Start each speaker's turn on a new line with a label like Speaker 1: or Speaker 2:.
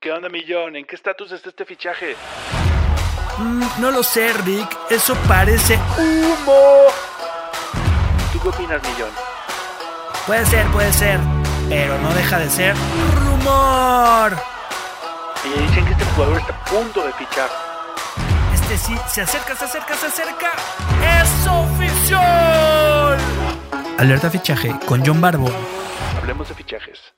Speaker 1: ¿Qué onda, Millón? ¿En qué estatus está este fichaje?
Speaker 2: Mm, no lo sé, Rick. Eso parece
Speaker 1: ¡Humo! ¿Tú qué opinas, Millón?
Speaker 2: Puede ser, puede ser, pero no deja de ser rumor.
Speaker 1: Y dicen que este jugador está a punto de fichar.
Speaker 2: Este sí, se acerca, se acerca, se acerca. ¡Es oficial! Alerta fichaje con John Barbo.
Speaker 1: Hablemos de fichajes.